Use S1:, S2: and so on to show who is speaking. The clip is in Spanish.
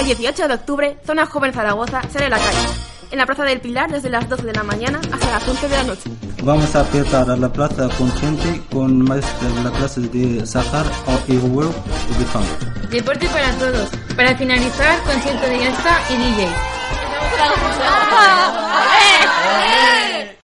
S1: El 18 de octubre, Zona Joven Zaragoza será la calle. En la Plaza del Pilar desde las 12 de la mañana hasta las 11 de la noche.
S2: Vamos a apretar a la plaza con gente, con más de la clase de Sahar o Igual de Funk.
S3: Deporte para todos. Para finalizar, concierto de Yasta y DJ.